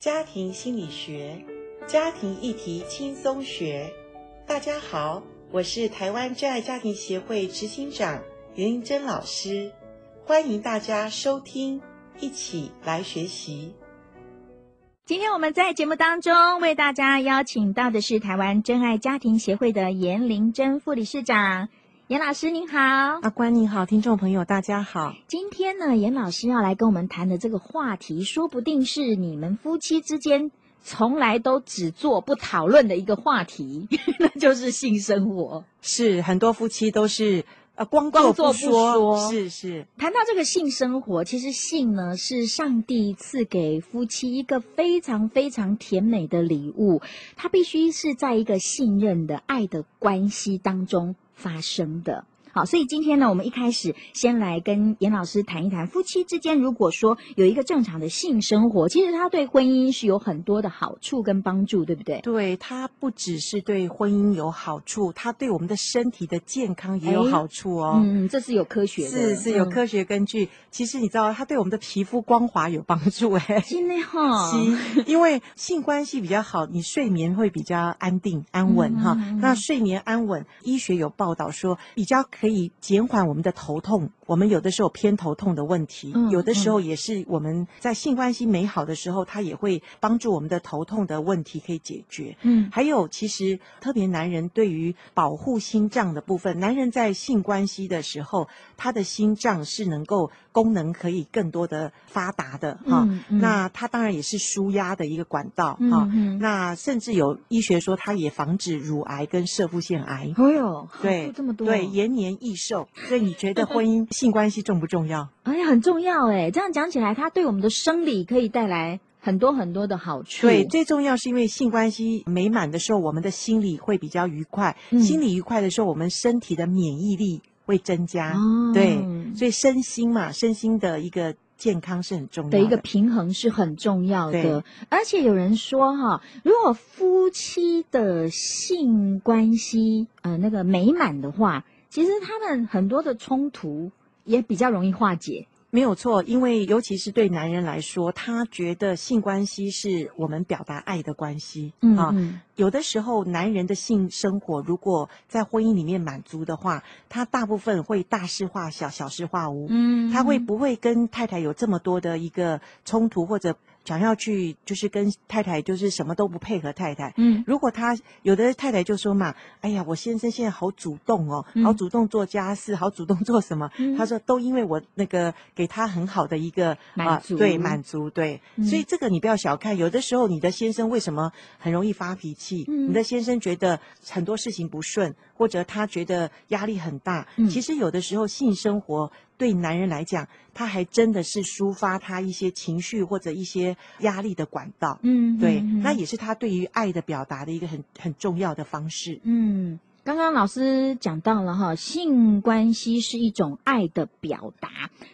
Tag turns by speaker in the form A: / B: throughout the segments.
A: 家庭心理学，家庭议题轻松学。大家好，我是台湾真爱家庭协会执行长袁英珍老师，欢迎大家收听，一起来学习。
B: 今天我们在节目当中为大家邀请到的是台湾真爱家庭协会的严玲珍副理事长，严老师您好。
A: 阿关你好，听众朋友大家好。
B: 今天呢，严老师要来跟我们谈的这个话题，说不定是你们夫妻之间从来都只做不讨论的一个话题， 那就是性生活。
A: 是很多夫妻都是呃光
B: 光
A: 做不
B: 做不
A: 说，
B: 说
A: 是是
B: 谈到这个性生活，其实性呢是上帝赐给夫妻一个非常非常甜美的礼物，它必须是在一个信任的爱的关系当中发生的。好，所以今天呢，我们一开始先来跟严老师谈一谈，夫妻之间如果说有一个正常的性生活，其实它对婚姻是有很多的好处跟帮助，对不对？
A: 对，它不只是对婚姻有好处，它对我们的身体的健康也有
B: 哎
A: 好处哦。
B: 嗯，这是有科学的，
A: 是是有
B: 嗯。
A: 科学根据。其实你知道，它对我们的皮肤光滑有帮助哎、
B: 真的嗯哈、
A: 是，因为性关系比较好，你睡眠会比较安定安稳哈
B: 嗯嗯。嗯
A: 那睡眠安稳，医学有报道说比较可以减缓我们的头痛。我们有的时候偏头痛的问题
B: 嗯，
A: 有的时候也是我们在性关系美好的时候，它也会帮助我们的头痛的问题可以解决。
B: 嗯，
A: 还有，其实特别男人对于保护心脏的部分，男人在性关系的时候，他的心脏是能够功能可以更多的发达的哈。
B: 嗯嗯
A: 那它当然也是舒压的一个管道
B: 嗯
A: 哈。
B: 嗯
A: 那甚至有医学说，它也防止乳癌跟射腹腺癌。
B: 哦哟，好
A: 对
B: 处这么多，
A: 对，延年益寿。所以你觉得婚 姻性关系重不重要？
B: 哎，很重要哎。这样讲起来，它对我们的生理可以带来很多很多的好处。
A: 对，最重要是因为性关系美满的时候，我们的心里会比较愉快。
B: 嗯
A: 心里愉快的时候，我们身体的免疫力会增加。
B: 哦
A: 对，所以身心嘛，身心的一个健康是很重要
B: 的一个平衡是很重要的
A: 对。
B: 而且有人说哈、如果夫妻的性关系呃那个美满的话，其实他们很多的冲突也比较容易化解。
A: 没有错，因为尤其是对男人来说，他觉得性关系是我们表达爱的关系、
B: 嗯
A: 啊。
B: 嗯
A: 有的时候，男人的性生活如果在婚姻里面满足的话，他大部分会大事化小，小事化无。
B: 嗯
A: 他会不会跟太太有这么多的一个冲突，或者想要去就是跟太太就是什么都不配合太太？
B: 嗯
A: 如果他有的太太就说嘛，哎呀，我先生现在好主动哦，
B: 嗯
A: 好主动做家事， 好主动做什么？
B: 嗯
A: 他说都因为我那个给他很好的一个
B: 满
A: 啊
B: 足
A: 对满足对，
B: 嗯
A: 所以这个你不要小看，有的时候你的先生为什么很容易发脾气？
B: 嗯
A: 你的先生觉得很多事情不顺，或者他觉得压力很大，
B: 嗯
A: 其实有的时候性生活。对男人来讲，他还真的是抒发他一些情绪或者一些压力的管道。
B: 嗯
A: 对，
B: 嗯嗯
A: 那也是他对于爱的表达的一个很很重要的方式。
B: 嗯，刚刚老师讲到了哈，性关系是一种爱的表达，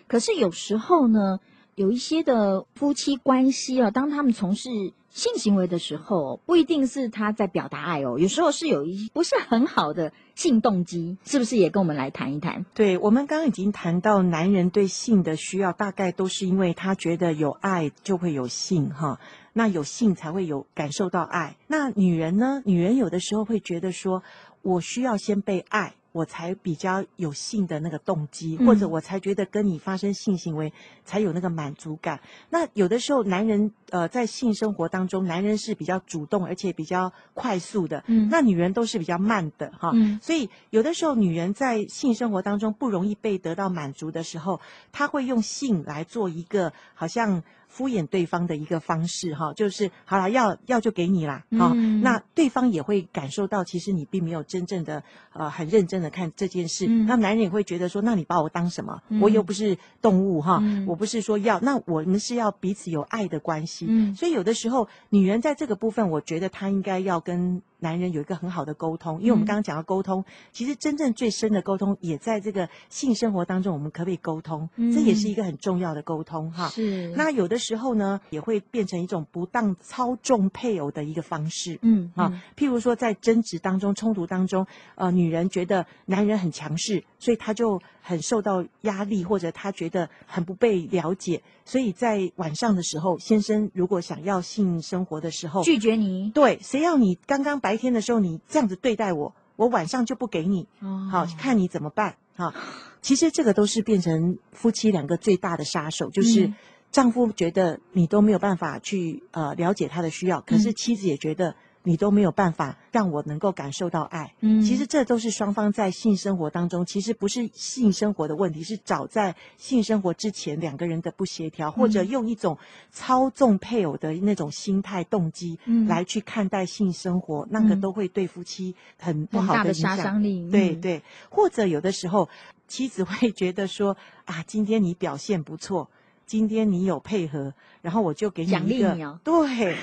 B: 可是有时候呢，有一些的夫妻关系啊，当他们从事性行为的时候，不一定是他在表达爱哦，有时候是有一不是很好的性动机，是不是也跟我们来谈一谈？
A: 对我们刚刚已经谈到，男人对性的需要，大概都是因为他觉得有爱就会有性哈，那有性才会有感受到爱。那女人呢？女人有的时候会觉得说，我需要先被爱。我才比较有性的那个动机，
B: 嗯
A: 或者我才觉得跟你发生性行为才有那个满足感。那有的时候，男人呃在性生活当中，男人是比较主动而且比较快速的，
B: 嗯
A: 那女人都是比较慢的哈。
B: 嗯
A: 所以有的时候，女人在性生活当中不容易被得到满足的时候，她会用性来做一个好像敷衍对方的一个方式哈，就是好了，要要就给你啦哈、
B: 嗯
A: 那对方也会感受到，其实你并没有真正的呃很认真的看这件事、
B: 嗯
A: 那男人也会觉得说，那你把我当什么？
B: 嗯
A: 我又不是动物哈、
B: 嗯
A: 我不是说要，那我们是要彼此有爱的关系。
B: 嗯
A: 所以有的时候，女人在这个部分，我觉得她应该要跟男人有一个很好的沟通，因为我们
B: 嗯
A: 刚刚讲到沟通，其实真正最深的沟通也在这个性生活当中，我们可不可以沟通？这也是一个很重要的沟通哈。
B: 嗯是
A: 那有的时候呢，也会变成一种不当操纵配偶的一个方式。
B: 嗯
A: 啊，譬如说，在争执当中、冲突当中，呃，女人觉得男人很强势，所以她就很受到压力，或者她觉得很不被了解，所以在晚上的时候，先生如果想要性生活的时候
B: 嗯，拒绝你，
A: 对，谁要你刚刚白天的时候你这样子对待我，我晚上就不给你，好、
B: 好
A: 看你怎么办啊？其实这个都是变成夫妻两个最大的杀手，就是
B: 嗯
A: 丈夫觉得你都没有办法去呃了解他的需要，可是
B: 嗯
A: 妻子也觉得你都没有办法让我能够感受到爱。
B: 嗯
A: 其实这都是双方在性生活当中，其实不是性生活的问题，是早在性生活之前两个人的不协
B: 嗯
A: 调，或者用一种操纵配偶的那种心态动机、
B: 嗯
A: 来去看待性生活，那个
B: 嗯
A: 都会对夫妻很不
B: 很
A: 好
B: 大
A: 的
B: 的
A: 影
B: 杀
A: 响。
B: 伤力，
A: 对
B: 嗯，
A: 对，或者有的时候妻子会觉得说啊，今天你表现不错，今天你有配合，然后我就给你
B: 奖
A: 一
B: 励
A: 个
B: 你哦
A: 对。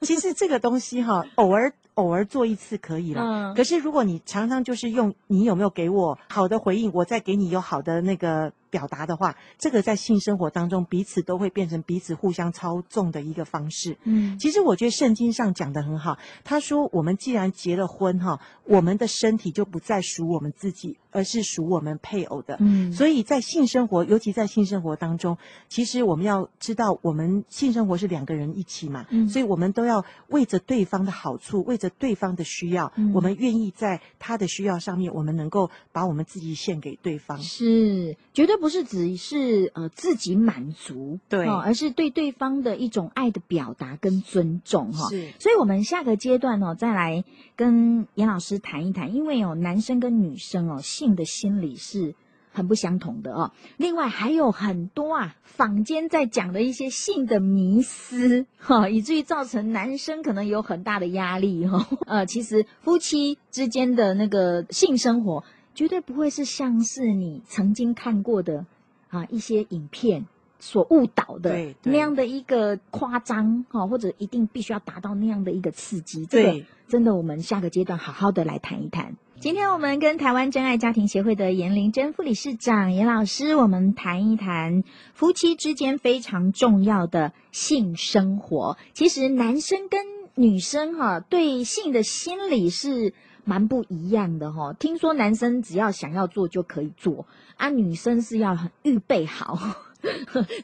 A: 其实这个东西哈，偶尔偶尔做一次可以了。
B: 嗯
A: 可是如果你常常就是用你有没有给我好的回应，我再给你有好的那个表达的话，这个在性生活当中彼此都会变成彼此互相操纵的一个方式。
B: 嗯
A: 其实我觉得圣经上讲的很好，他说我们既然结了婚哈，我们的身体就不再属我们自己，而是属我们配偶的。
B: 嗯，
A: 所以在性生活，尤其在性生活当中，其实我们要知道，我们性生活是两个人一起嘛，
B: 嗯
A: 所以我们都要为着对方的好处，为着对方的需要，
B: 嗯
A: 我们愿意在他的需要上面，我们能够把我们自己献给对方。
B: 是，绝对不是只是呃自己满足，
A: 对
B: 哦而是对对方的一种爱的表达跟尊重哈。
A: 是
B: 所以，我们下个阶段哦，再来跟严老师谈一谈，因为哦，男生跟女生哦，性的心理是很不相同的哦。另外，还有很多啊，坊间在讲的一些性的迷思哈、以至于造成男生可能有很大的压力哈、 呃，其实夫妻之间的那个性生活，绝对不会是像是你曾经看过的啊一些影片所误导的
A: 对对
B: 那样的一个夸张哈、哦，或者一定必须要达到那样的一个刺激。这
A: 对
B: 个真的，我们下个阶段好好的来谈一谈。今天我们跟台湾真爱家庭协会的严玲珍副理事长严老师，我们谈一谈夫妻之间非常重要的性生活。其实男生跟女生哈、对性的心理是蛮不一样的哈、听说男生只要想要做就可以做，啊，女生是要很预备好。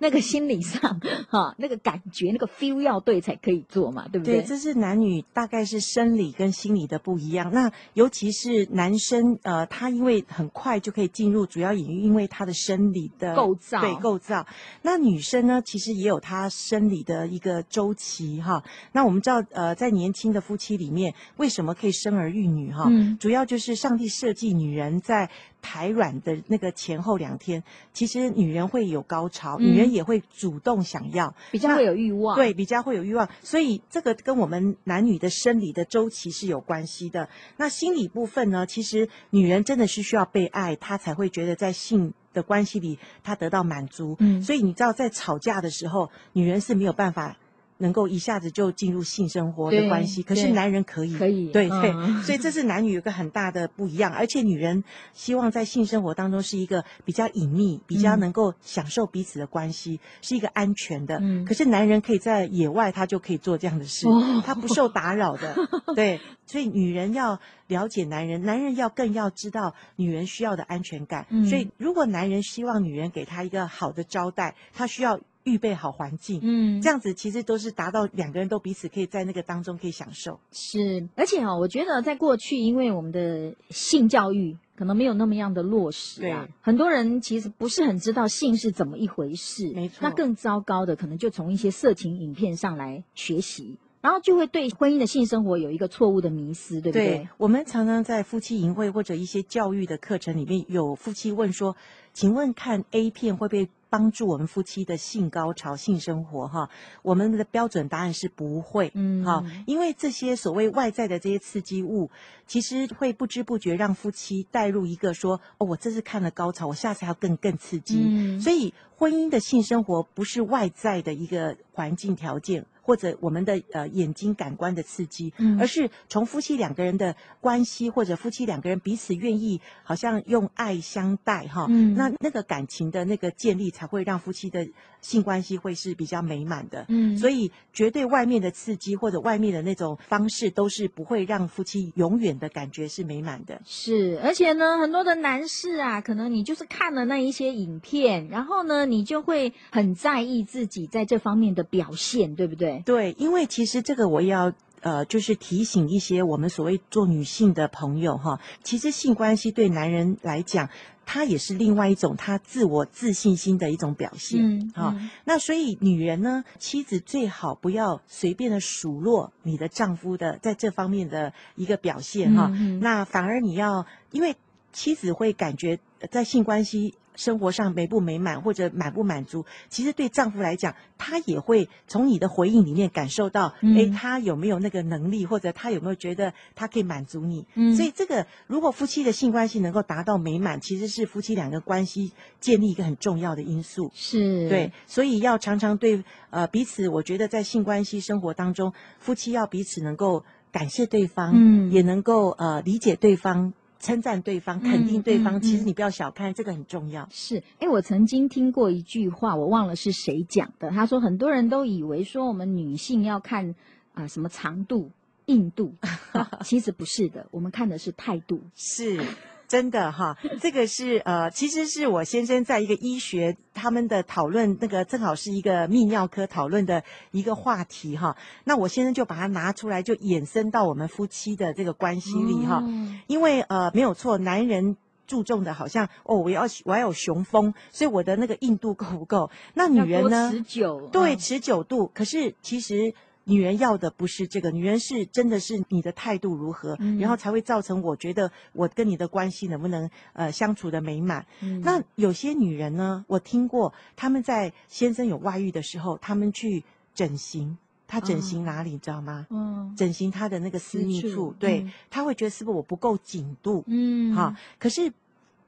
B: 那个心理上，哈、那个感觉，那个 feel 要对才可以做嘛，对不
A: 对，这是男女大概是生理跟心理的不一样。那尤其是男生，呃，他因为很快就可以进入主要隐喻，因为他的生理的
B: 构造
A: 对构造。那女生呢，其实也有她生理的一个周期哈。那我们知道，呃，在年轻的夫妻里面，为什么可以生儿育女哈？
B: 嗯，
A: 主要就是上帝设计女人在排卵的那个前后两天，其实女人会有高潮，
B: 嗯
A: 女人也会主动想要，
B: 比较
A: 那
B: 会有欲望，
A: 对，比较会有欲望，所以这个跟我们男女的生理的周期是有关系的。那心理部分呢，其实女人真的是需要被爱，她才会觉得在性的关系里她得到满足。
B: 嗯，
A: 所以你知道，在吵架的时候，女人是没有办法能够一下子就进入性生活的
B: 对
A: 关系，可是
B: 对
A: 男人可以。
B: 可以，
A: 对对，
B: 嗯
A: 所以这是男女有个很大的不一样，而且女人希望在性生活当中是一个比较隐秘、比较
B: 嗯
A: 能够享受彼此的关系，是一个安全的。
B: 嗯
A: 可是男人可以在野外，他就可以做这样的事，
B: 哦
A: 他不受打扰 的。对，所以女人要了解男人，男人要更要知道女人需要的安全感。
B: 嗯
A: 所以如果男人希望女人给他一个好的招待，他需要预备好环境。
B: 嗯，
A: 这样子其实都是达到两个人都彼此可以在那个当中可以享受。
B: 是，而且哦，我觉得在过去，因为我们的性教育可能没有那么样的落实啊
A: 对，
B: 很多人其实不是很知道性是怎么一回事。
A: 没错
B: 那更糟糕的，可能就从一些色情影片上来学习，然后就会对婚姻的性生活有一个错误的迷思，对不对？
A: 我们常常在夫妻营会或者一些教育的课程里面，有夫妻问说：“请问看 A 片会不会帮助我们夫妻的性高潮、性生活？”哈，我们的标准答案是不会。
B: 嗯，
A: 好，因为这些所谓外在的这些刺激物，其实会不知不觉让夫妻带入一个说：“哦，我这次看了高潮，我下次还要更更刺激。
B: 嗯，
A: 所以，婚姻的性生活不是外在的一个环境条件或者我们的呃眼睛感官的刺激，
B: 嗯
A: 而是从夫妻两个人的关系或者夫妻两个人彼此愿意好像用爱相待哈。
B: 嗯
A: 哦那那个感情的那个建立，才会让夫妻的性关系会是比较美满的。
B: 嗯
A: 所
B: 以
A: 以，绝对外面的刺激或者外面的那种方式，都是不会让夫妻永远的感觉是美满的。
B: 是，而且呢，很多的男士啊，可能你就是看了那一些影片，然后呢，你就会很在意自己在这方面的表现，对不对？
A: 对，因为其实这个我也要。呃，就是提醒一些我们所谓做女性的朋友哈，其实性关系对男人来讲，它也是另外一种他自我自信心的一种表现。好
B: 嗯
A: 那所以女人呢，妻子最好不要随便的数落你的丈夫的在这方面的一个表现哈、
B: 嗯嗯
A: 那反而你要，因为妻子会感觉呃在性关系生活上美不美满或者满不满足，其实对丈夫来讲，他也会从你的回应里面感受到，
B: 嗯
A: 诶，他有没有那个能力，或者他有没有觉得他可以满足你。
B: 嗯
A: 所以这个如果夫妻的性关系能够达到美满，其实是夫妻两个关系建立一个很重要的因素。
B: 是，
A: 对，，所以要常常对呃彼此，我觉得在性关系生活当中，夫妻要彼此能够感谢对方，
B: 嗯
A: 也能够呃理解对方、称赞对方、肯定对
B: 嗯
A: 方。
B: 嗯
A: 其实
B: 嗯
A: 你不要小看这个，很重要。
B: 是，哎，我曾经听过一句话，我忘了是谁讲的。他说，很多人都以为说我们女性要看啊、什么长度、硬 度，啊其实不是的，我们看的是态度。
A: 是。真的哈，这个是呃，其实是我先生在一个医学他们的讨论，那个正好是一个泌尿科讨论的一个话题哈。那我先生就把它拿出来，就衍生到我们夫妻的这个关系里
B: 哦
A: 哈。因为呃没有错，男人注重的好像哦，我要我要有雄风，所以我的那个硬度够不够？那女人呢
B: 持？久，
A: 对，
B: 嗯
A: 持久度。可是其实女人要的不是这个，女人是真的是你的态度如何，
B: 嗯
A: 然后才会造成我觉得我跟你的关系能不能呃相处的美满。
B: 嗯
A: 那有些女人呢，我听过她们在先生有外遇的时候，她们去整形，她整形
B: 哦
A: 哪里、你知道吗？
B: 嗯
A: 整形她的那个私
B: 私
A: 密
B: 处
A: 处，对
B: 嗯，
A: 她会觉得是不是我不够紧度？
B: 嗯
A: 哈、可是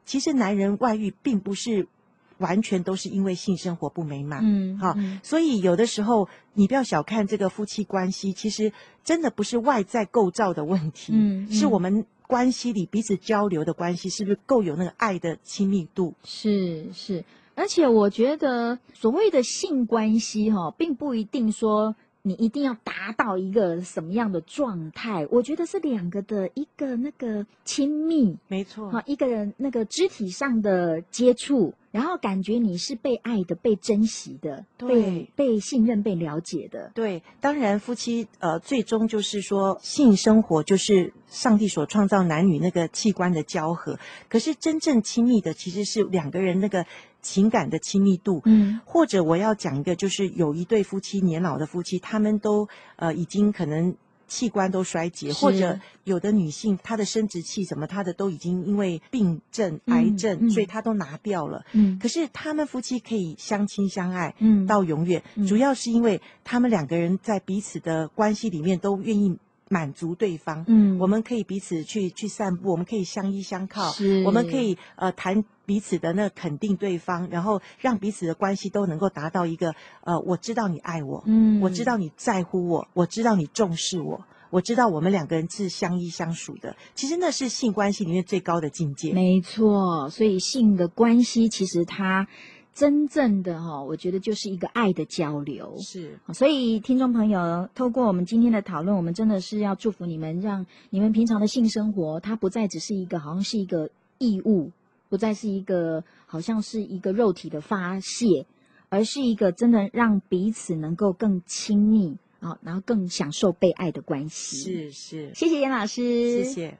A: 其实男人外遇并不是完全都是因为性生活不美满，
B: 嗯
A: 好
B: 嗯
A: 所以有的时候你不要小看这个夫妻关系，其实真的不是外在构造的问题，
B: 嗯
A: 是
B: 嗯
A: 我们关系里彼此交流的关系是不是够有那个爱的亲密度？
B: 是是，而且我觉得所谓的性关系哈、并不一定说你一定要达到一个什么样的状态，我觉得是两个的一个那个亲密
A: 没错
B: 哈、一个人那个肢体上的接触，然后感觉你是被爱的、被珍惜的、被
A: 对
B: 被信任、被了解的。
A: 对，当然夫妻呃，最终就是说性生活就是上帝所创造男女那个器官的交合，可是真正亲密的其实是两个人那个情感的亲密度。
B: 嗯
A: 或者我要讲一个，就是有一对夫妻年老的夫妻，他们都呃已经可能器官都衰竭，
B: 是
A: 或者有的女性她的生殖器什么她的都已经因为病症、
B: 嗯
A: 癌症，
B: 嗯
A: 所以她都拿掉了。
B: 嗯
A: 可是他们夫妻可以相亲相爱，
B: 嗯，
A: 到永远
B: 嗯，
A: 主要是因为他们两个人在彼此的关系里面都愿意满足对方。
B: 嗯
A: 我们可以彼此去去散步，我们可以相依相靠，
B: 是
A: 我们可以呃谈彼此的那肯定对方，然后让彼此的关系都能够达到一个呃我知道你爱我，
B: 嗯
A: 我知道你在乎我，我知道你重视我，我知道我们两个人是相依相属的。其实那是性关系里面最高的境界。
B: 没错，所以性的关系其实它真正的哈、我觉得就是一个爱的交流。
A: 是，
B: 所以，听众朋友，透过我们今天的讨论，我们真的是要祝福你们，让你们平常的性生活，它不再只是一个好像是一个义务，不再是一个好像是一个肉体的发泄，而是一个真的让彼此能够更亲密啊，然后更享受被爱的关系。，
A: 是是，
B: 谢谢严老
A: 谢。
B: 师，
A: 谢。